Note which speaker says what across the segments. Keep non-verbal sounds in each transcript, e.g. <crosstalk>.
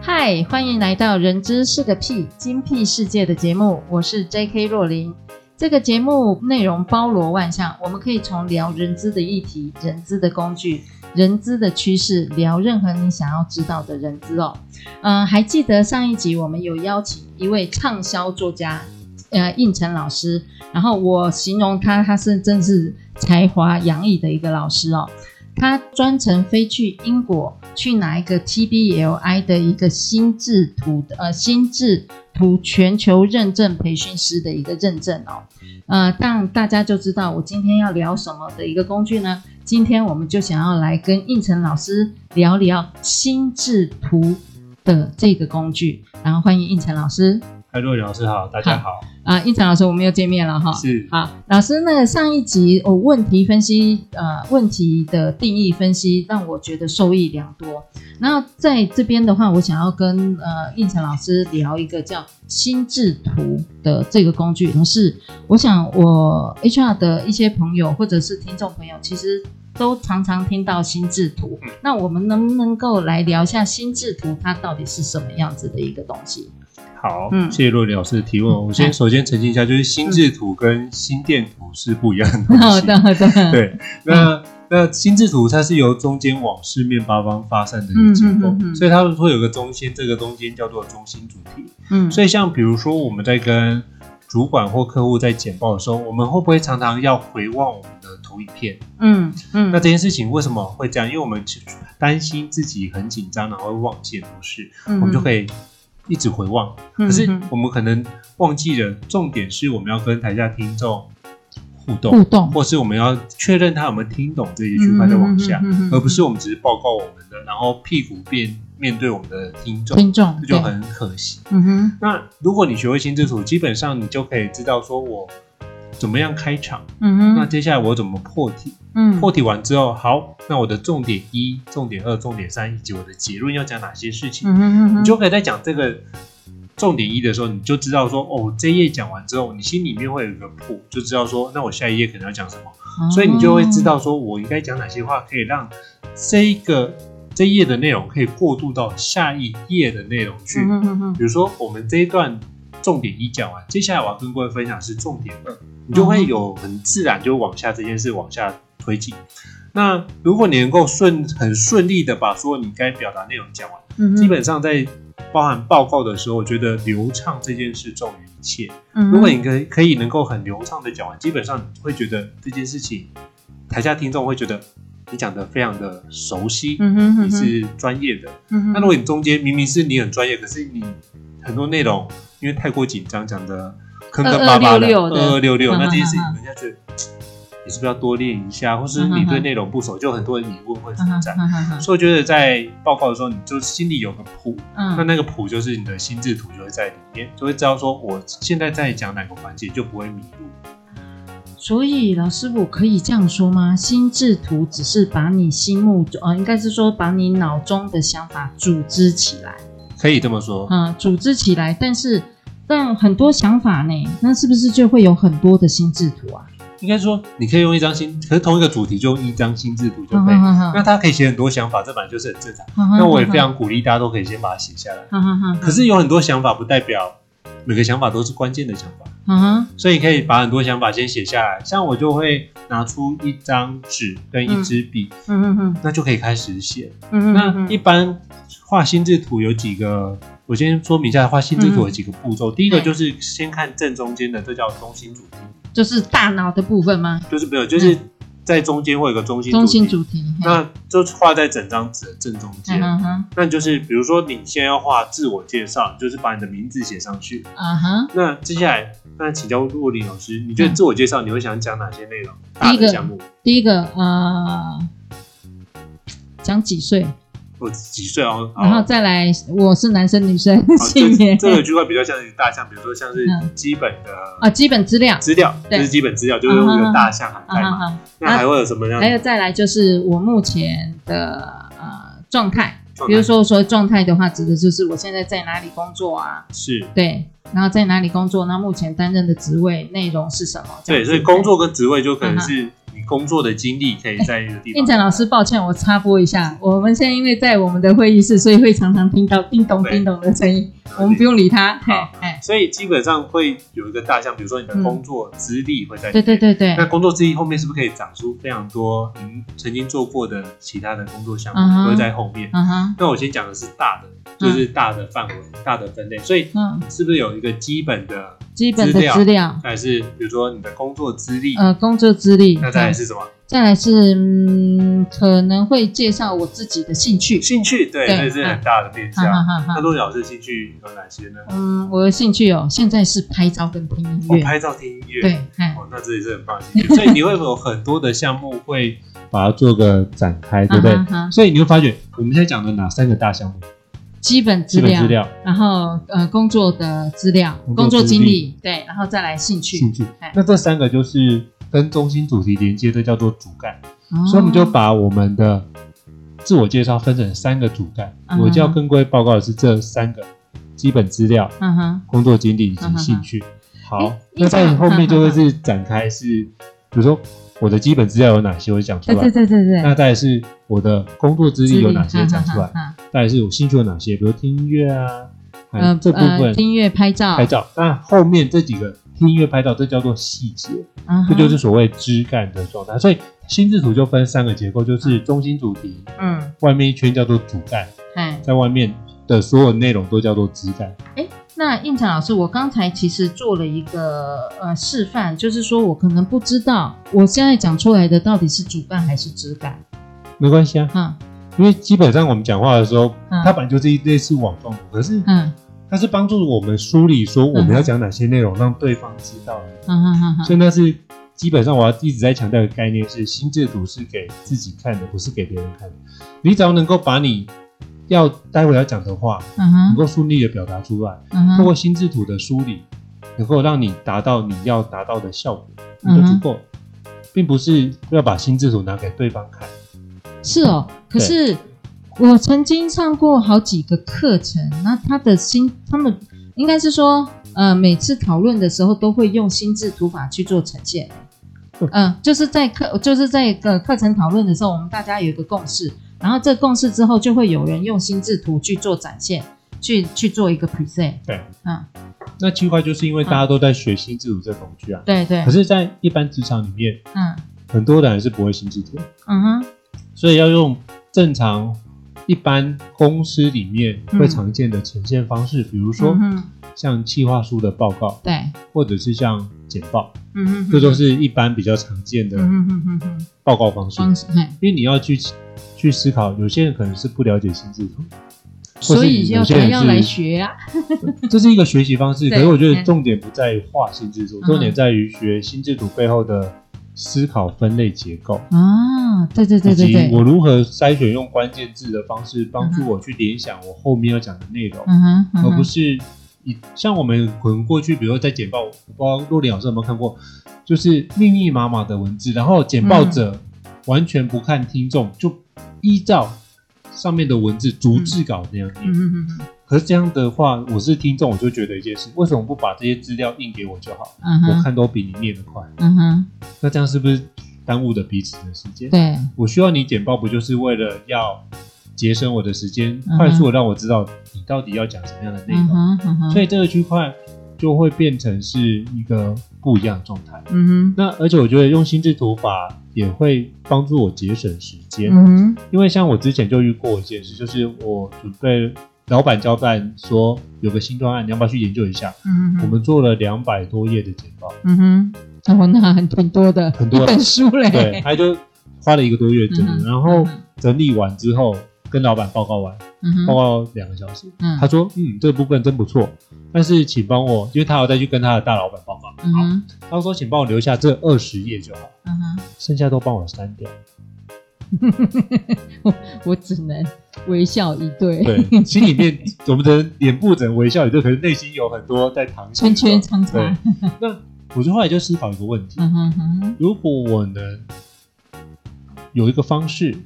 Speaker 1: 嗨，欢迎来到《人知是个屁，精辟世界》的节目，我是 J.K. 若琳。这个节目内容包罗万象，我们可以从聊人资的议题、人资的工具、人资的趋势，聊任何你想要知道的人资哦。嗯、还记得上一集我们有邀请一位畅销作家，呃，应成老师，然后我形容他，他是真是才华洋溢的一个老师哦。他专程飞去英国去拿一个 TBLI 的一个心智图呃心智图全球认证培训师的一个认证哦，呃，让大家就知道我今天要聊什么的一个工具呢？今天我们就想要来跟应成老师聊聊心智图的这个工具，然后欢迎应成老师
Speaker 2: 嗨，若雨老师好，大家好，
Speaker 1: 啊、应成老师，我们又见面了哈。
Speaker 2: 是
Speaker 1: 好，老师，那个上一集我、哦问题分析，呃，问题的定义分析让我觉得受益良多。然后在这边的话，我想要跟呃应成老师聊一个叫心智图的这个工具，同是我想我 HR 的一些朋友或者是听众朋友，其实都常常听到心智图。
Speaker 2: 嗯
Speaker 1: 那我们能不能够来聊一下心智图它到底是什么样子的一个东西？
Speaker 2: 好，
Speaker 1: 嗯
Speaker 2: 谢谢若雨老师的提问。我
Speaker 1: 嗯
Speaker 2: 先首先澄清一下，就是心智图跟心电图是不一样的
Speaker 1: <laughs>
Speaker 2: 东西。
Speaker 1: 好的，
Speaker 2: 对，那那心智图它是由中间往四面八方发散的一个结构，
Speaker 1: 嗯嗯嗯嗯
Speaker 2: 所以它会有个中心，这个中间叫做中心主题。
Speaker 1: 嗯，
Speaker 2: 所以像比如说我们在跟主管或客户在简报的时候，我们会不会常常要回望我们的投影片？
Speaker 1: 嗯嗯，
Speaker 2: 那这件事情为什么会这样？因为我们去担心自己很紧张，然后会忘记很多事，
Speaker 1: 嗯
Speaker 2: 我们就可以一直回望。
Speaker 1: 可
Speaker 2: 可是我们可能忘记了，重点是我们要跟台下听众互动，
Speaker 1: 互动
Speaker 2: 或是我们要确认他有没有听懂这一句话再往下，
Speaker 1: 嗯嗯嗯嗯嗯嗯
Speaker 2: 而不是我们只是报告我们的，然后屁股面面对我们的听众，
Speaker 1: 听众，
Speaker 2: 这就
Speaker 1: 对
Speaker 2: 很可惜。
Speaker 1: 嗯哼，
Speaker 2: 那如果你学会心智图，基本上你就可以知道说我怎么样开场，
Speaker 1: 嗯
Speaker 2: 那
Speaker 1: 哼，
Speaker 2: 接下来我怎么破题，
Speaker 1: 嗯
Speaker 2: 破题完之后，好，那我的重点一、重点二、重点三以及我的结论要讲哪些事
Speaker 1: 嗯
Speaker 2: 情，
Speaker 1: 哼嗯哼，
Speaker 2: 你就可以在讲这个重点一的时候，你就知道说，哦，这一页讲完之后，你心里面会有一个谱，就知道说，那我下一页可能要讲什么，
Speaker 1: 嗯
Speaker 2: 所以你就会知道说我应该讲哪些话，可以让这一个这一页的内容可以过渡到下一页的内容去。
Speaker 1: 嗯哼嗯哼
Speaker 2: 比如说我们这一段重点一讲完，接下来我要跟各位分享是重点二，你就会有很自然就往下这件事往下推进。那如果你能够顺很顺利的把所有你该表达内容讲完，
Speaker 1: 嗯哼，
Speaker 2: 基本上在包含报告的时候，我觉得流畅这件事重于一切。
Speaker 1: 嗯哼，
Speaker 2: 如果你可以可以能够很流畅的讲完，基本上会觉得这件事情，台下听众会觉得你讲的非常的熟悉，
Speaker 1: 嗯哼
Speaker 2: 你是专业的，
Speaker 1: 嗯哼，
Speaker 2: 那如果你中间明明是你很专业，可是你很多内容因为太过紧张，讲的坑坑巴巴的，
Speaker 1: 2266的
Speaker 2: 二二六六，
Speaker 1: 嗯
Speaker 2: 那这件事情
Speaker 1: 嗯
Speaker 2: 人家觉得你是不是要多练一下，或是你对内容不熟，就很多人疑问会
Speaker 1: 嗯
Speaker 2: 存
Speaker 1: 哼
Speaker 2: 在。
Speaker 1: 嗯哼
Speaker 2: 所以我觉得在报告的时候，你就心里有个谱，那
Speaker 1: 嗯
Speaker 2: 那个谱就是你的心智图就会在里面，就会知道说我现在在讲哪个环节，就不会迷路。
Speaker 1: 所以老师，我可以这样说吗？心智图只是把你心目中，呃，应该是说把你脑中的想法组织起来，
Speaker 2: 可以这么说，
Speaker 1: 嗯，组织起来，但是。但很多想法呢，那是不是就会有很多的心智图啊？
Speaker 2: 应该说你可以用一张心，可是同一个主题就用一张心智图就可以。那
Speaker 1: 那
Speaker 2: 它可以写很多想法，这本来就是很正常。
Speaker 1: 嗯
Speaker 2: 那我也非，常鼓励大家都可以先把它写下来。
Speaker 1: 哈哈哈
Speaker 2: 可是有很多想法不代表每个想法都是关键的想法，
Speaker 1: 哈哈，
Speaker 2: 所以你可以把很多想法先写下来。像我就会拿出一张纸跟一支笔，
Speaker 1: 嗯哼哼
Speaker 2: 那就可以开始写。
Speaker 1: 嗯
Speaker 2: 那一般画心智图有几个？我先说明一下画心
Speaker 1: 嗯
Speaker 2: 智图有几个步骤。第一个就是先看正中间的，这叫中心主题，
Speaker 1: 就是大脑的部分吗？
Speaker 2: 就是没有，就是在中间会有个中心
Speaker 1: 嗯中心
Speaker 2: 主
Speaker 1: 主
Speaker 2: 题，
Speaker 1: 题，嘿
Speaker 2: 那就画在整张纸的正中间。
Speaker 1: 嗯哼哼，
Speaker 2: 那就是比如说你现在要画自我介绍，你就是把你的名字写上去。
Speaker 1: 嗯哼，
Speaker 2: 那接下来，那请教若琳老师，你觉得自我介绍你会想讲哪些内容？大
Speaker 1: 第一个
Speaker 2: 的项目，
Speaker 1: 第一个啊，讲几岁，
Speaker 2: 我几岁哦？好
Speaker 1: 然 <laughs> 后再来我哦是男生女生
Speaker 2: 好
Speaker 1: 性别
Speaker 2: 这这个
Speaker 1: <laughs>
Speaker 2: 句话比较像是大项，比如说像是
Speaker 1: 嗯
Speaker 2: 基本的
Speaker 1: 啊，基本资料，
Speaker 2: 资料，
Speaker 1: 对
Speaker 2: 就是基本资料，就是有大项涵
Speaker 1: 啊
Speaker 2: 盖
Speaker 1: 哈
Speaker 2: 嘛。
Speaker 1: 哈，
Speaker 2: 那还会有什么样
Speaker 1: 还有
Speaker 2: 的
Speaker 1: 再来就是我目前的呃状态，
Speaker 2: 状态？
Speaker 1: 比如说说状态的话，指的就是我现在在哪里工作啊，
Speaker 2: 是。
Speaker 1: 对，然后在哪里工作，那目前担任的职位内容是什么？这样
Speaker 2: 对，
Speaker 1: 子
Speaker 2: 所以工。作跟职位就可
Speaker 1: 嗯
Speaker 2: 能是你工作的经历，可以在一个地
Speaker 1: 应
Speaker 2: 方。
Speaker 1: 展老师，抱歉，我插播一下，我们现在因为在我们的会议室，所以会常常听到叮咚
Speaker 2: 对
Speaker 1: 叮咚的声音，
Speaker 2: 了解
Speaker 1: 我们不用理他。嘿哎
Speaker 2: 好
Speaker 1: 嘿
Speaker 2: 所以基本上会有一个大项，比如说你的
Speaker 1: 嗯
Speaker 2: 工作资历会在。
Speaker 1: 对对。对对，
Speaker 2: 那工作资历后面是不是可以长出非常多您曾经做过的其他的工作项
Speaker 1: 嗯哼
Speaker 2: 目，都会在后面？
Speaker 1: 嗯哼，
Speaker 2: 那我先讲的是大的，就是大的范围、大的分类，所以
Speaker 1: 嗯，
Speaker 2: 是不是有一个基本的，
Speaker 1: 基本的资
Speaker 2: 资
Speaker 1: 料，
Speaker 2: 还是比如说你的工作资历？
Speaker 1: 呃，工作资历，
Speaker 2: 那再来
Speaker 1: 嗯
Speaker 2: 是什么？
Speaker 1: 再来是，嗯，可能会介绍我自己的兴趣，
Speaker 2: 兴啊趣，对，
Speaker 1: 对嗯
Speaker 2: 这是很大的面
Speaker 1: 哈哈
Speaker 2: 向。
Speaker 1: 哈
Speaker 2: 那
Speaker 1: 哈。
Speaker 2: 陆老师兴趣有哪些呢？
Speaker 1: 嗯，我的兴趣哦，现在是拍照跟听音
Speaker 2: 哦，
Speaker 1: 乐，
Speaker 2: 拍照、听音乐。
Speaker 1: 对，哎，
Speaker 2: 哦，那这也是很棒的兴趣，所以你会有很多的项目会把它做个展
Speaker 1: <laughs>
Speaker 2: 开，对不对
Speaker 1: 啊？哈哈
Speaker 2: 所以你会发觉，我们现在讲的哪三个大项目？
Speaker 1: 基本资
Speaker 2: 基本
Speaker 1: 料，
Speaker 2: 资料、
Speaker 1: 然后呃，工作的资料，工
Speaker 2: 工
Speaker 1: 作
Speaker 2: 作
Speaker 1: 经
Speaker 2: 经历
Speaker 1: 历，对，然后再来兴趣，
Speaker 2: 兴趣
Speaker 1: 哎。
Speaker 2: 那这三个就是跟中心主题连接的，叫做主干。
Speaker 1: 哦
Speaker 2: 所以我们就把我们的自我介绍分成三个主干。
Speaker 1: 嗯哼
Speaker 2: 我就要跟各位报告的是这三个基本资料、
Speaker 1: 嗯哼，
Speaker 2: 工作经历以
Speaker 1: 嗯哼
Speaker 2: 及兴趣。好
Speaker 1: 诶，
Speaker 2: 那
Speaker 1: 一
Speaker 2: 在
Speaker 1: 种
Speaker 2: 后面就会是展开是，比如说我的基本资料有哪些，我讲出
Speaker 1: 对
Speaker 2: 来
Speaker 1: 对。对对对，
Speaker 2: 那再来是我的工作资历有哪些讲出来
Speaker 1: 哈，哈哈哈
Speaker 2: 再来是我兴趣有哪些，比如听音乐啊，还有
Speaker 1: 呃
Speaker 2: 这部
Speaker 1: 呃，
Speaker 2: 分
Speaker 1: 音乐拍照，
Speaker 2: 拍照。那后面这几个听音乐拍照，这叫做细节，
Speaker 1: 嗯哼，
Speaker 2: 这就是所谓枝干的状态。所以心智图就分三个结构，就是中心主题，
Speaker 1: 嗯，
Speaker 2: 外面一圈叫做主干，
Speaker 1: 哎
Speaker 2: 在外面的所有内容都叫做枝干。
Speaker 1: 哎，那应场老师，我刚才其实做了一个呃示范，就是说我可能不知道我现在讲出来的到底是主干还是枝干，
Speaker 2: 没关系啊，
Speaker 1: 哈，
Speaker 2: 因为基本上我们讲话的时候，
Speaker 1: 嗯
Speaker 2: 它本来就是一类似网状的，可是
Speaker 1: 嗯
Speaker 2: 它是帮助我们梳理说我
Speaker 1: 嗯
Speaker 2: 们
Speaker 1: 哼
Speaker 2: 要讲哪些内容，让对方知道的。
Speaker 1: 嗯嗯嗯嗯
Speaker 2: 所以那是基本上我要一直在强调的概念是，心智图是给自己看的，不是给别人看的。你只要能够把你要待会要讲的话，
Speaker 1: 嗯
Speaker 2: 能
Speaker 1: 哼
Speaker 2: 够顺利的表达出来，
Speaker 1: 嗯
Speaker 2: 通
Speaker 1: 哼，
Speaker 2: 过心智图的梳理，能够让你达到你要达到的效果，
Speaker 1: 嗯
Speaker 2: 那
Speaker 1: 哼
Speaker 2: 就足够，并不是要把心智图拿给对方看。
Speaker 1: 是哦，可
Speaker 2: 对
Speaker 1: 是我曾经上过好几个课程，那他的心，他们应该是说，呃，每次讨论的时候都会用心智图法去做呈现。嗯、
Speaker 2: 嗯
Speaker 1: 就是在课，就是在呃课程讨论的时候，我们大家有一个共识，然后这个共识之后，就会有人用心智图去做展现，去去做一个 present。
Speaker 2: 对，
Speaker 1: 嗯，
Speaker 2: 那奇怪，就是因为大家都在学心智图这工具啊，
Speaker 1: 对对
Speaker 2: 可，是，在一般职场里面，
Speaker 1: 嗯
Speaker 2: 很多人还是不会心智图。
Speaker 1: 嗯哼，
Speaker 2: 所以要用正常一般公司里面
Speaker 1: 嗯
Speaker 2: 会常见的呈现方式，比如说
Speaker 1: 嗯哼，
Speaker 2: 像计划书的报告，
Speaker 1: 对，
Speaker 2: 或者是像简报，
Speaker 1: 嗯哼，
Speaker 2: 这都是一般比较常见的
Speaker 1: 嗯哼哼哼哼，
Speaker 2: 报告方式。
Speaker 1: 方式，嘿
Speaker 2: 因为你要去去思考，有些人可能是不了解心智图，
Speaker 1: 所以要
Speaker 2: 有些
Speaker 1: 才
Speaker 2: 人
Speaker 1: 要
Speaker 2: 是
Speaker 1: 来学啊。
Speaker 2: 这是一个学习方式。
Speaker 1: <laughs> 对
Speaker 2: 可是我觉得重点不在于画心智图，
Speaker 1: 嗯
Speaker 2: 重点在于学心智图背后的思考分类结构。
Speaker 1: 啊，对对对
Speaker 2: 以
Speaker 1: 对
Speaker 2: 及
Speaker 1: 对，
Speaker 2: 我如何筛选用关键字的方式帮助我去联想我后面要讲的内容，
Speaker 1: 嗯哼，嗯
Speaker 2: 而不
Speaker 1: 哼，
Speaker 2: 是以像我们可能过去，比如说在简报，我不知道若琳老师有没有看过，就是密密麻麻的文字，然后简报
Speaker 1: 嗯
Speaker 2: 者完全不看听众，就依照上面的文字逐字稿那样
Speaker 1: 嗯
Speaker 2: 念。
Speaker 1: 哼嗯哼
Speaker 2: 可是这样的话，我是听众，我就觉得一件事，为什么不把这些资料印给我就好？
Speaker 1: 嗯
Speaker 2: 我
Speaker 1: 哼，
Speaker 2: 看都比你念得快，
Speaker 1: 嗯哼，
Speaker 2: 那这样是不是耽误了彼此的时间？
Speaker 1: 对，
Speaker 2: 我需要你简报，不就是为了要节省我的时间，
Speaker 1: 嗯哼
Speaker 2: 快速的让我知道你到底要讲什么样的内
Speaker 1: 嗯
Speaker 2: 容？
Speaker 1: 哼嗯哼，
Speaker 2: 所
Speaker 1: 以
Speaker 2: 以这个区块就会变成是一个不一样的状态。
Speaker 1: 嗯哼
Speaker 2: 那而且我觉得用心智图法也会帮助我节省时间，
Speaker 1: 嗯哼
Speaker 2: 因为像我之前就遇过一件事，就是我准备老板交办说有个新专案，你要不要去研究一下？
Speaker 1: 嗯哼，
Speaker 2: 我们做了两百多页的简报，
Speaker 1: 嗯哼然后那很很多的
Speaker 2: 很多
Speaker 1: <laughs> 一本书嘞，
Speaker 2: 对，他就花了一个多月整理，
Speaker 1: 嗯哼
Speaker 2: 然后
Speaker 1: 嗯
Speaker 2: 整理完之后跟老板报告完，
Speaker 1: 嗯
Speaker 2: 报
Speaker 1: 哼，
Speaker 2: 告两个小时，
Speaker 1: 嗯
Speaker 2: 哦他说嗯这部分真不错，但是请帮我，因为他要再去跟他的大老板报告，
Speaker 1: 嗯哼，
Speaker 2: 他说请帮我留下这二十页就好，
Speaker 1: 嗯哼，
Speaker 2: 剩下都帮我删 <laughs> 掉。
Speaker 1: 我只能微笑以对，
Speaker 2: 对，心里面我们的脸部只能微笑，也就可是内心有很多在淌血
Speaker 1: 圈
Speaker 2: 的
Speaker 1: 圈叉叉，
Speaker 2: 对，那我就后来就思考一个问题：
Speaker 1: 嗯哼嗯哼，
Speaker 2: 如果我能有一个方式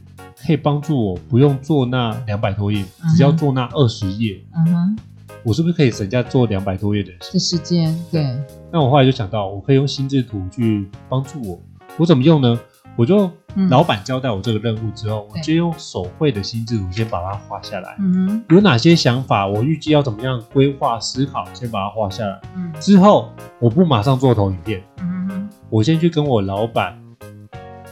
Speaker 2: 可以帮助我不用做那两百多页，
Speaker 1: 嗯
Speaker 2: 只要做那二十页，
Speaker 1: 嗯哼，
Speaker 2: 我是不是可以省下做两百多页的事？
Speaker 1: 这时间对，
Speaker 2: 那我后来就想到，我可以用心智图去帮助我。我怎么用呢？我就
Speaker 1: 嗯
Speaker 2: 老板交代我这个任务之后，我
Speaker 1: 对
Speaker 2: 就用手绘的心智图先把它画下来。
Speaker 1: 嗯
Speaker 2: 有哪些想法？我预计要怎么样规划、思考，先把它画下来。
Speaker 1: 哼，嗯
Speaker 2: 之后我不马上做投影片，
Speaker 1: 嗯哼，
Speaker 2: 我先去跟我老板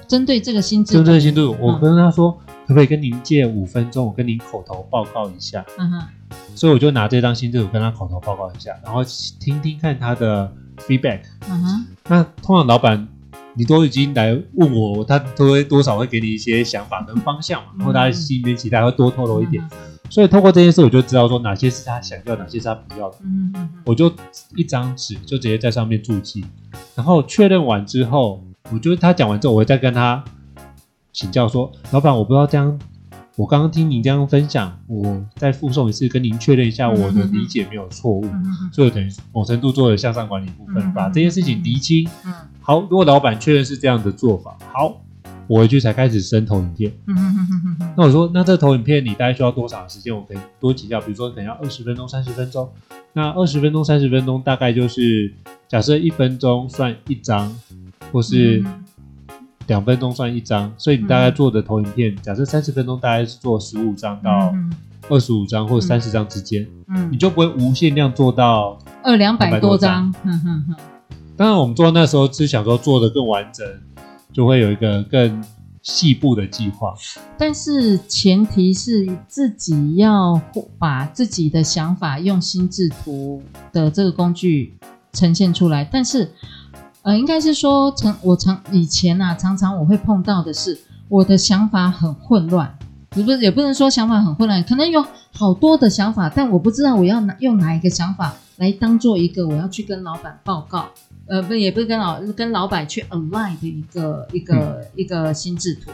Speaker 1: 针对这个心智，
Speaker 2: 针对进度，我
Speaker 1: 嗯
Speaker 2: 跟他说，可不可以跟您借五分钟，我跟您口头报告一下。
Speaker 1: 嗯哼，
Speaker 2: 所以我就拿这张心智图跟他口头报告一下，然后听听看他的 feedback。
Speaker 1: 嗯哼，
Speaker 2: 那通常老板你都已经来问我，他都会多少会给你一些想法跟方向嘛，
Speaker 1: 嗯
Speaker 2: 然后他的心里面期待会多透露一点。所以透过这件事，我就知道说哪些是他想要，哪些是他不要的。
Speaker 1: 嗯哼，嗯哼，
Speaker 2: 我就一张纸就直接在上面注记，然后确认完之后，我觉得他讲完之后，我会再跟他请教说，老板，我不知道这样，我刚刚听您这样分享，我再附送一次，跟您确认一下我的理解没有错误，
Speaker 1: 嗯哼，
Speaker 2: 所以我等于某程度做了向上管理部
Speaker 1: 嗯
Speaker 2: 分，把这件事情厘清。
Speaker 1: 嗯
Speaker 2: 好，如果老板确认是这样的做法，好，我回去才开始生投影片。
Speaker 1: 嗯哼，嗯哼，嗯哼，
Speaker 2: 那我说，那这投影片你大概需要多少时间？我可以多请教，比如说可能要二十分钟、三十分钟。那二十分钟、三十分钟大概就是假设一分钟算一张，或是
Speaker 1: 嗯
Speaker 2: 两分钟算一张，所以你大概做的投影片，假设三十分钟大概是做十五张到
Speaker 1: 嗯
Speaker 2: 二十五张或
Speaker 1: 嗯
Speaker 2: 三十张之间，
Speaker 1: 嗯
Speaker 2: 你就不会无限量做到。
Speaker 1: 二两百
Speaker 2: 200
Speaker 1: 多
Speaker 2: 多
Speaker 1: 张
Speaker 2: 张，
Speaker 1: 嗯哼哼，
Speaker 2: 当然，我们做那时候是想说做的更完整，就会有一个更细部的计划。
Speaker 1: 但是前提是自己要把自己的想法用心智图的这个工具呈现出来。但是，呃，应该是说，常我常以前啊，常常我会碰到的是，我的想法很混乱，也不是也不能说想法很混乱，可能有好多的想法，但我不知道我要拿用哪一个想法来当做一个我要去跟老板报告。呃，不，也不是跟老跟老板去 align 的一个一个、一个心智图，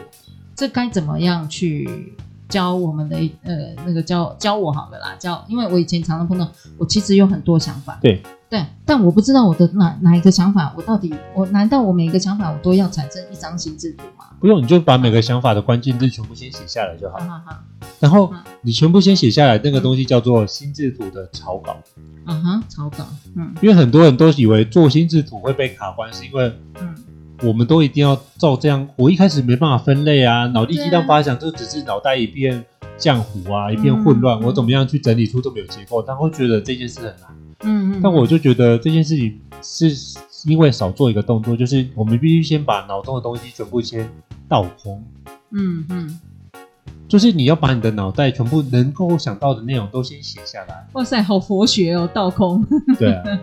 Speaker 1: 这该怎么样去教我们的呃那个教教我好了啦，教，因为我以前常常碰到，我其实有很多想法，
Speaker 2: 对
Speaker 1: 对，但我不知道我的哪哪一个想法，我到底我难道我每一个想法我都要产生一张心智图吗？
Speaker 2: 不用，你就把每个想法的关键字全部先写下来就好
Speaker 1: 哈。哈哈，
Speaker 2: 然后
Speaker 1: 嗯
Speaker 2: 你全部先写下来，那个东西叫做心智图的草稿。
Speaker 1: 啊哈，草稿，嗯
Speaker 2: 因为很多人都以为做心智图会被卡关，是因为
Speaker 1: 嗯
Speaker 2: 我们都一定要照这样。我一开始没办法分类啊，脑力激
Speaker 1: 对啊
Speaker 2: 荡发想，就只是脑袋一片浆糊啊，一片混乱。
Speaker 1: 嗯
Speaker 2: 我怎么样去整理出这么有结构？他会觉得这件事很难。
Speaker 1: 嗯嗯，
Speaker 2: 但我就觉得这件事情是因为少做一个动作，就是我们必须先把脑中的东西全部先倒空。
Speaker 1: 嗯嗯，
Speaker 2: 就是你要把你的脑袋全部能够想到的内容都先写下
Speaker 1: <laughs>
Speaker 2: 来。
Speaker 1: 哇塞，好佛学哦，倒空， <laughs>
Speaker 2: 对啊、
Speaker 1: 嗯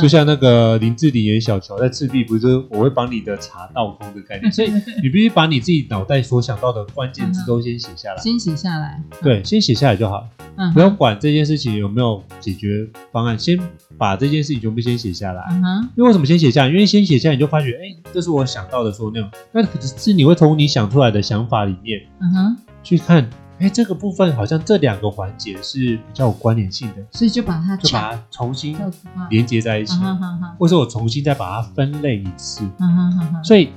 Speaker 2: 就像那个林志玲演小乔在赤壁，不是我会帮你的茶倒空的概念，所以你必须把你自己脑袋所想到的关键字都先写下来。
Speaker 1: 先写下来，
Speaker 2: 对，先写下来就好，
Speaker 1: 嗯
Speaker 2: 不用管这件事情有没有解决方案，先把这件事情全部先写下来。
Speaker 1: 嗯哼，
Speaker 2: 因为为什么先写下来？因为先写下来，你就发觉，哎、这是我想到的所有内容。那可是你会从你想出来的想法里面
Speaker 1: 嗯哼，
Speaker 2: 去看，哎、这个部分好像这两个环节是比较有关联性的，
Speaker 1: 所以就把它
Speaker 2: 就把它重新
Speaker 1: 跳出来
Speaker 2: 连接在一起
Speaker 1: 啊，哈哈哈，
Speaker 2: 或者我重新再把它分类一次。
Speaker 1: 啊哈哈哈，
Speaker 2: 所以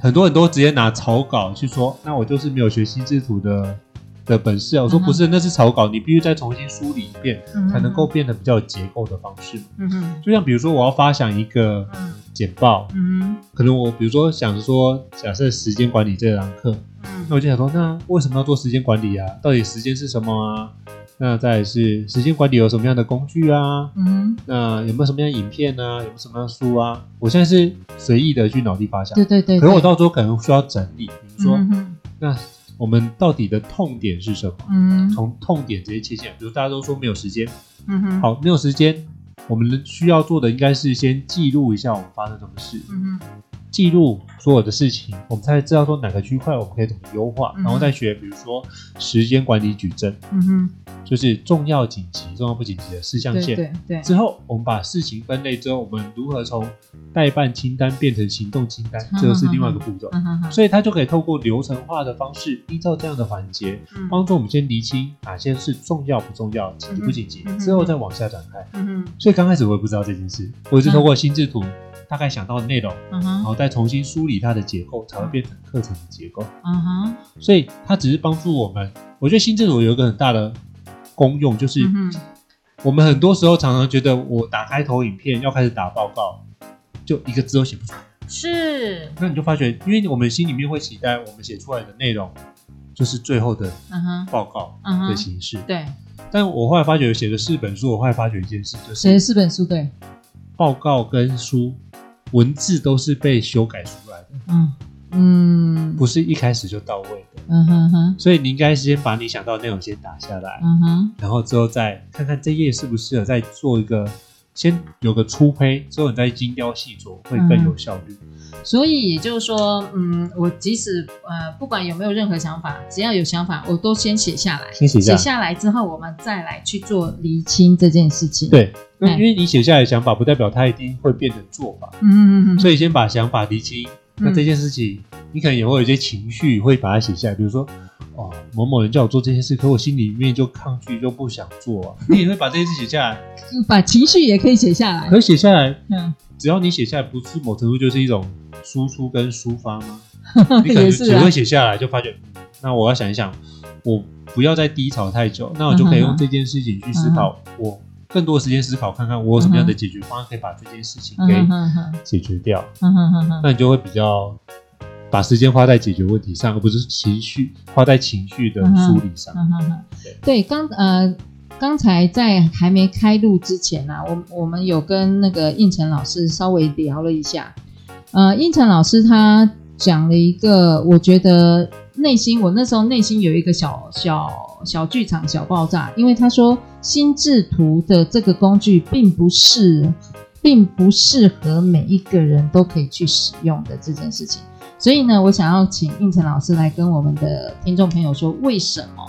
Speaker 2: 很多人都直接拿草稿去说，那我就是没有学心智图的的本事啊。我说
Speaker 1: 嗯哼
Speaker 2: 不是，那是草稿，你必须再重新梳理一遍，才能够变得比较有结构的方式嘛。
Speaker 1: 嗯哼，
Speaker 2: 就像比如说，我要发想一个
Speaker 1: 嗯
Speaker 2: 简报，
Speaker 1: 嗯
Speaker 2: 可能我比如说想说，假设时间管理这堂课，
Speaker 1: 嗯
Speaker 2: 那我就想说，那为什么要做时间管理啊？到底时间是什么啊？那再来是时间管理有什么样的工具啊？
Speaker 1: 嗯哼，
Speaker 2: 那有没有什么样的影片啊？有没有什么样的书啊？我现在是随意的去脑力发想，
Speaker 1: 对对对，
Speaker 2: 可是我
Speaker 1: 对
Speaker 2: 到时候可能需要整理，比如说，
Speaker 1: 嗯哼
Speaker 2: 那我们到底的痛点是什么？
Speaker 1: 嗯哼
Speaker 2: 从痛点直接切线，比如大家都说没有时间，
Speaker 1: 嗯哼，
Speaker 2: 好，没有时间，我们需要做的应该是先记录一下我们发生什么事，
Speaker 1: 嗯
Speaker 2: 记录所有的事情，我们才知道说哪个区块我们可以怎么优化，
Speaker 1: 嗯
Speaker 2: 然后再学，比如说时间管理矩阵，
Speaker 1: 哼，嗯哼，
Speaker 2: 就是重要紧急、重要不紧急的四象
Speaker 1: 对
Speaker 2: 限。
Speaker 1: 对对，
Speaker 2: 之后，我们把事情分类之后，我们如何从代办清单变成行动清单，这个是另外一个步骤。
Speaker 1: 嗯哼哼，
Speaker 2: 所以它就可以透过流程化的方式，依照这样的环节，
Speaker 1: 嗯
Speaker 2: 帮助我们先厘清哪些是重要不重要、紧急不紧急
Speaker 1: 嗯哼，
Speaker 2: 之后再往下展开。
Speaker 1: 嗯哼
Speaker 2: 所以刚开始我也不知道这件事，我是透过心智图大概想到的内容，
Speaker 1: 嗯
Speaker 2: 然
Speaker 1: 哼
Speaker 2: 后再重新梳理它的结构，才会变成课程的结构。
Speaker 1: 嗯哼，
Speaker 2: 所以它只是帮助我们。我觉得心智图有一个很大的功用，就是
Speaker 1: 嗯哼
Speaker 2: 我们很多时候常常觉得，我打开投影片要开始打报告，就一个字都写不出来。
Speaker 1: 是，
Speaker 2: 那你就发觉，因为我们心里面会期待我们写出来的内容就是最后的
Speaker 1: 嗯哼
Speaker 2: 报告
Speaker 1: 嗯
Speaker 2: 的
Speaker 1: 哼，
Speaker 2: 形式。
Speaker 1: 对，
Speaker 2: 但我后来发觉，写的四本书，我后来发觉一件事，就
Speaker 1: 写
Speaker 2: 是
Speaker 1: 的四本书，对，
Speaker 2: 报告跟书文字都是被修改出来的，
Speaker 1: 嗯嗯，
Speaker 2: 不是一开始就到位的。
Speaker 1: 嗯哼哼，
Speaker 2: 所以你应该先把你想到的内容先打下来，
Speaker 1: 嗯哼，
Speaker 2: 然后之后再看看这页适不适合，再做一个先有个初胚，之后你再精雕细琢，会更
Speaker 1: 嗯
Speaker 2: 有效率。
Speaker 1: 所以也就是说，嗯，我即使呃不管有没有任何想法，只要有想法，我都先写下来，
Speaker 2: 先写下
Speaker 1: 写
Speaker 2: 来
Speaker 1: 下来之后，我们再来去做厘清这件事情。，
Speaker 2: 对，因为
Speaker 1: 嗯
Speaker 2: 因为你写下来的想法，不代表它一定会变成做法，
Speaker 1: 嗯嗯嗯，
Speaker 2: 所以先把想法厘清。那
Speaker 1: 嗯
Speaker 2: 这件事情，你可能也会有一些情绪，会把它写下来。比如说，哦，某某人叫我做这件事，可我心里面就抗拒，就不想做啊。 <laughs> 你也会把这件事写下来，
Speaker 1: 把情绪也可以写下来。
Speaker 2: 可是写下来，
Speaker 1: 嗯，
Speaker 2: 只要你写下来，不是某程度就是一种输出跟抒发吗？
Speaker 1: <laughs>
Speaker 2: <laughs> 你可能
Speaker 1: 也是
Speaker 2: 只
Speaker 1: 啊
Speaker 2: 会，写下来，就发觉，嗯那我要想一想，我不要再低潮太久，那我就可以
Speaker 1: 嗯
Speaker 2: 用这件事情去思考，我更多时间思考，看看我有什么样的解决方案可以把这件事情
Speaker 1: 嗯
Speaker 2: 给
Speaker 1: 哼哼哼
Speaker 2: 解决掉。
Speaker 1: 嗯哼哼哼，
Speaker 2: 那你就会比较把时间花在解决问题上，而不是情绪花在情绪的梳理上。
Speaker 1: 嗯哼哼，对，刚呃。刚才在还没开录之前呢、啊，我我们有跟那个应成老师稍微聊了一下。呃，应成老师他讲了一个，我觉得内心我那时候内心有一个小小小剧场小爆炸，因为他说心智图的这个工具并不是并不适合每一个人都可以去使用的这件事情。所以呢，我想要请应成老师来跟我们的听众朋友说，为什么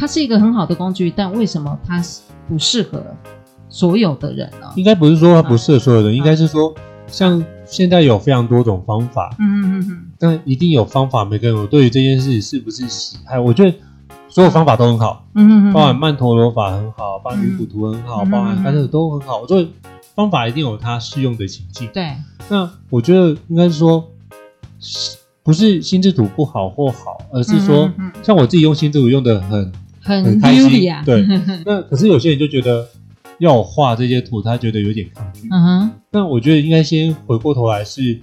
Speaker 1: 它是一个很好的工具，但为什么它不适合所有的人呢？
Speaker 2: 应该不是说它不适合所有
Speaker 1: 嗯
Speaker 2: 人，应该是说像现在有非常多种方法，
Speaker 1: 嗯嗯嗯
Speaker 2: 但一定有方法，每个人有对于这件事是不是喜爱，我觉得所有方法都很好。
Speaker 1: 嗯嗯
Speaker 2: 包含曼陀罗法很好，包含云普图很好，
Speaker 1: 嗯
Speaker 2: 包含
Speaker 1: 嗯
Speaker 2: 甘特都很好，所以方法一定有它适用的情境。
Speaker 1: 对，嗯
Speaker 2: 那我觉得应该是说，不是心智图不好或好，而是说
Speaker 1: 嗯，嗯嗯
Speaker 2: 像我自己用心智图用的很
Speaker 1: 很
Speaker 2: 很开心
Speaker 1: beauty 啊，， <laughs>
Speaker 2: 对。那可是有些人就觉得要我画这些图，他觉得有点抗拒。
Speaker 1: 嗯哼，
Speaker 2: 那我觉得应该先回过头来是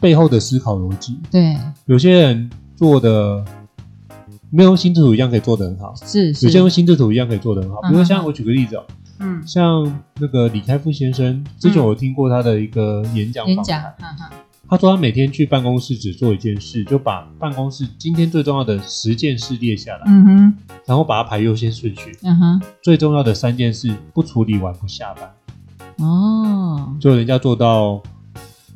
Speaker 2: 背后的思考逻辑。
Speaker 1: 对，
Speaker 2: 有些人做的没有用心智图一样可以做得很好，
Speaker 1: 是是
Speaker 2: 有，些用心智图一样可以做得很好。比如说
Speaker 1: 嗯嗯
Speaker 2: 像我举个例子哦，
Speaker 1: 嗯，
Speaker 2: 像那个李开复先生，之前我听过他的一个演讲，
Speaker 1: 演讲，，哈哈，
Speaker 2: 他说他每天去办公室只做一件事，就把办公室今天最重要的十件事列下来，
Speaker 1: 嗯哼，
Speaker 2: 然后把它排优先顺序，
Speaker 1: 嗯哼，
Speaker 2: 最重要的三件事不处理完不下班，
Speaker 1: 哦，
Speaker 2: 就人家做到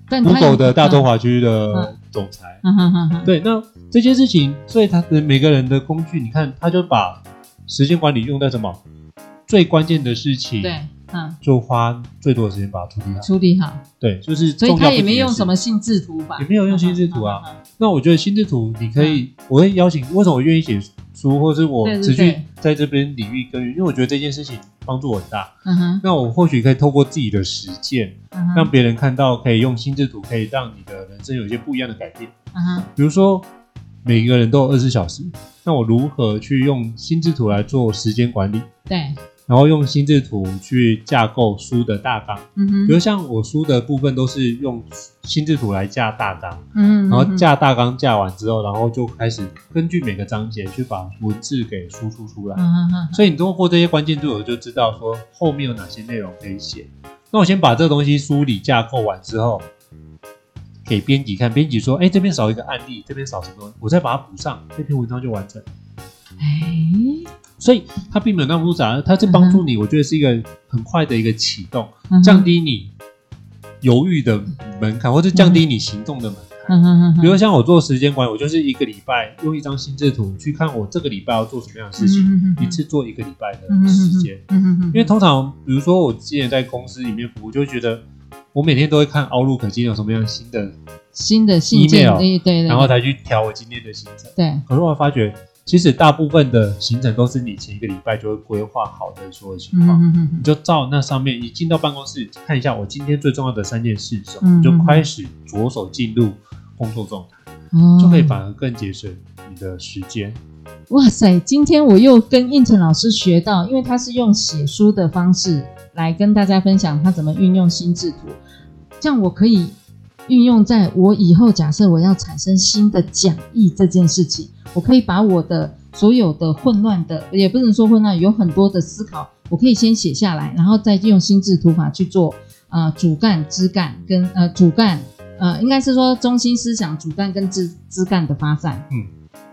Speaker 1: 但他
Speaker 2: Google
Speaker 1: 有
Speaker 2: 的大中，
Speaker 1: 嗯
Speaker 2: 华区
Speaker 1: 嗯
Speaker 2: 的总裁。
Speaker 1: 嗯哼哼哼，
Speaker 2: 对，那这件事情，所以他的每个人的工具，你看，他就把时间管理用在什么最关键的事情，
Speaker 1: 对，嗯，
Speaker 2: 就花最多的时间把它处理好。
Speaker 1: 处理好，
Speaker 2: 对，就是
Speaker 1: 所以
Speaker 2: 重
Speaker 1: 他
Speaker 2: 要不
Speaker 1: 也没
Speaker 2: 仅
Speaker 1: 用
Speaker 2: 是
Speaker 1: 什么心智图吧，
Speaker 2: 也没有用心智图啊。
Speaker 1: 嗯，嗯嗯
Speaker 2: 那我觉得心智图，你可以，我会邀请，为什么我愿意写书，或是我
Speaker 1: 对嗯对
Speaker 2: 持续
Speaker 1: 对
Speaker 2: 在这边领域耕耘，因为我觉得这件事情帮助我很大。
Speaker 1: 嗯哼，
Speaker 2: 那我或许可以透过自己的实践，
Speaker 1: 嗯哼
Speaker 2: 让别人看到，可以用心智图，可以让你的人生有一些不一样的改变。
Speaker 1: 嗯哼，
Speaker 2: 比如说，每个人都有二十小时，那我如何去用心智图来做时间管理？
Speaker 1: 对，
Speaker 2: 然后用心智图去架构书的大纲，
Speaker 1: 嗯哼，
Speaker 2: 比如像我书的部分都是用心智图来架大纲，
Speaker 1: 嗯，嗯，嗯
Speaker 2: 然后，架大纲架完之后，然后就开始根据每个章节去把文字给输出出来。
Speaker 1: 嗯嗯嗯，
Speaker 2: 所以你通过这些关键字，我就知道说后面有哪些内容可以写。那我先把这个东西梳理架构完之后，给编辑看，编辑说：“哎，这边少一个案例，这边少什么东西，我再把它补上，这篇文章就完整。
Speaker 1: 哎，”
Speaker 2: 所以它并没有那么复杂，它是
Speaker 1: 嗯
Speaker 2: 帮助你，我觉得是一个很快的一个启动，
Speaker 1: 嗯哼
Speaker 2: 降，低你犹豫的门槛，或者降低你行动的门槛。
Speaker 1: 嗯哼哼哼
Speaker 2: 比如像我做时间管理，我就是一个礼拜用一张心智图去看我这个礼拜要做什么样的事情，
Speaker 1: 嗯哼哼哼
Speaker 2: 一次做一个礼拜
Speaker 1: 嗯哼哼
Speaker 2: 的时间。
Speaker 1: 嗯哼哼
Speaker 2: 因为通常，比如说我之前在公司里面服务，就会觉得我每天都会看 Outlook 今天有什么样新的，
Speaker 1: 新的信件，哎
Speaker 2: email，
Speaker 1: 对对对，
Speaker 2: 然后才去调我今天的行程。
Speaker 1: 对，
Speaker 2: 可是我发觉，其实大部分的行程都是你前一个礼拜就会规划好的所有情
Speaker 1: 嗯
Speaker 2: 况，
Speaker 1: 哼哼
Speaker 2: 你
Speaker 1: 哼
Speaker 2: 就照那上面一进到办公室看一下我今天最重要的三件事是什么，
Speaker 1: 嗯
Speaker 2: 你就开始着手进入工作状态，
Speaker 1: 哦
Speaker 2: 就可以反而更节省你的时间。
Speaker 1: 嗯哇塞，今天我又跟应成老师学到，因为他是用写书的方式来跟大家分享他怎么运用心智图，这样我可以运用在我以后假设我要产生新的讲义这件事情，我可以把我的所有的混乱的，也不能说混乱，有很多的思考，我可以先写下来，然后再用心智图法去做啊、呃主干、枝干跟呃主干。呃，应该是说中心思想主干跟枝枝干的发散，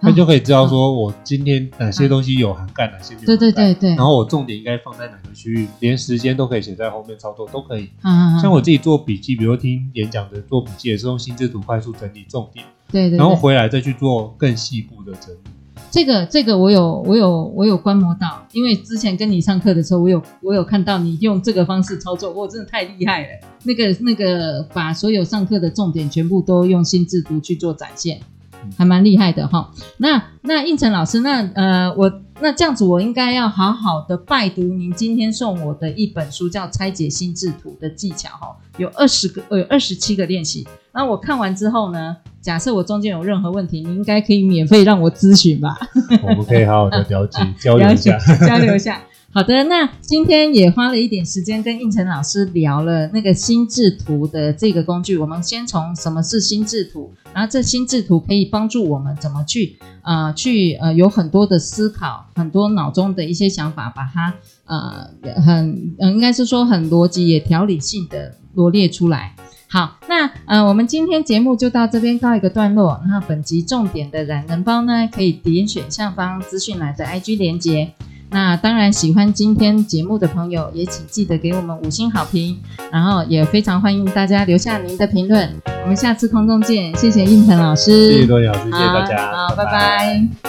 Speaker 2: 那就可以知道说我今天哪些东西有涵盖，哪些没有涵盖。
Speaker 1: 嗯对对对对，
Speaker 2: 然后我重点应该放在哪个区域，连时间都可以写在后面，操作都可以。
Speaker 1: 嗯，嗯嗯
Speaker 2: 像我自己做笔记，比如听演讲的做笔记，也是用心智图快速整理重点，
Speaker 1: 对对，
Speaker 2: 然后
Speaker 1: 对
Speaker 2: 回来再去做更细部的整理。
Speaker 1: 这个这个我有我有我有观摩到，因为之前跟你上课的时候，我有我有看到你用这个方式操作，哇，真的太厉害了！那个那个把所有上课的重点全部都用心智图去做展现
Speaker 2: 嗯，
Speaker 1: 还蛮厉害的哈。那那应成老师，那呃我那这样子，我应该要好好的拜读您今天送我的一本书，叫《拆解心智图的技巧》哈，有二十个呃二十七个练习。那我看完之后呢，假设我中间有任何问题，你应该可以免费让我咨询吧？
Speaker 2: 我们可以好好的
Speaker 1: <laughs>
Speaker 2: 了解交流
Speaker 1: 了
Speaker 2: 一
Speaker 1: 解
Speaker 2: 下。
Speaker 1: 交流一下。 <laughs> 好的，那今天也花了一点时间跟应成老师聊了那个心智图的这个工具。我们先从什么是心智图，然后这心智图可以帮助我们怎么去呃去呃有很多的思考，很多脑中的一些想法，把它呃很呃应该是说很逻辑也条理性的罗列出来。好，那呃，我们今天节目就到这边告一个段落。那本集重点的懒人包呢，可以点选下方资讯栏的 IG 连接。那当然，喜欢今天节目的朋友，也请记得给我们五星好评，然后也非常欢迎大家留下您的评论。我们下次空中见，谢谢应腾老师，
Speaker 2: 谢谢多鸟，谢谢大家，
Speaker 1: 好，好拜拜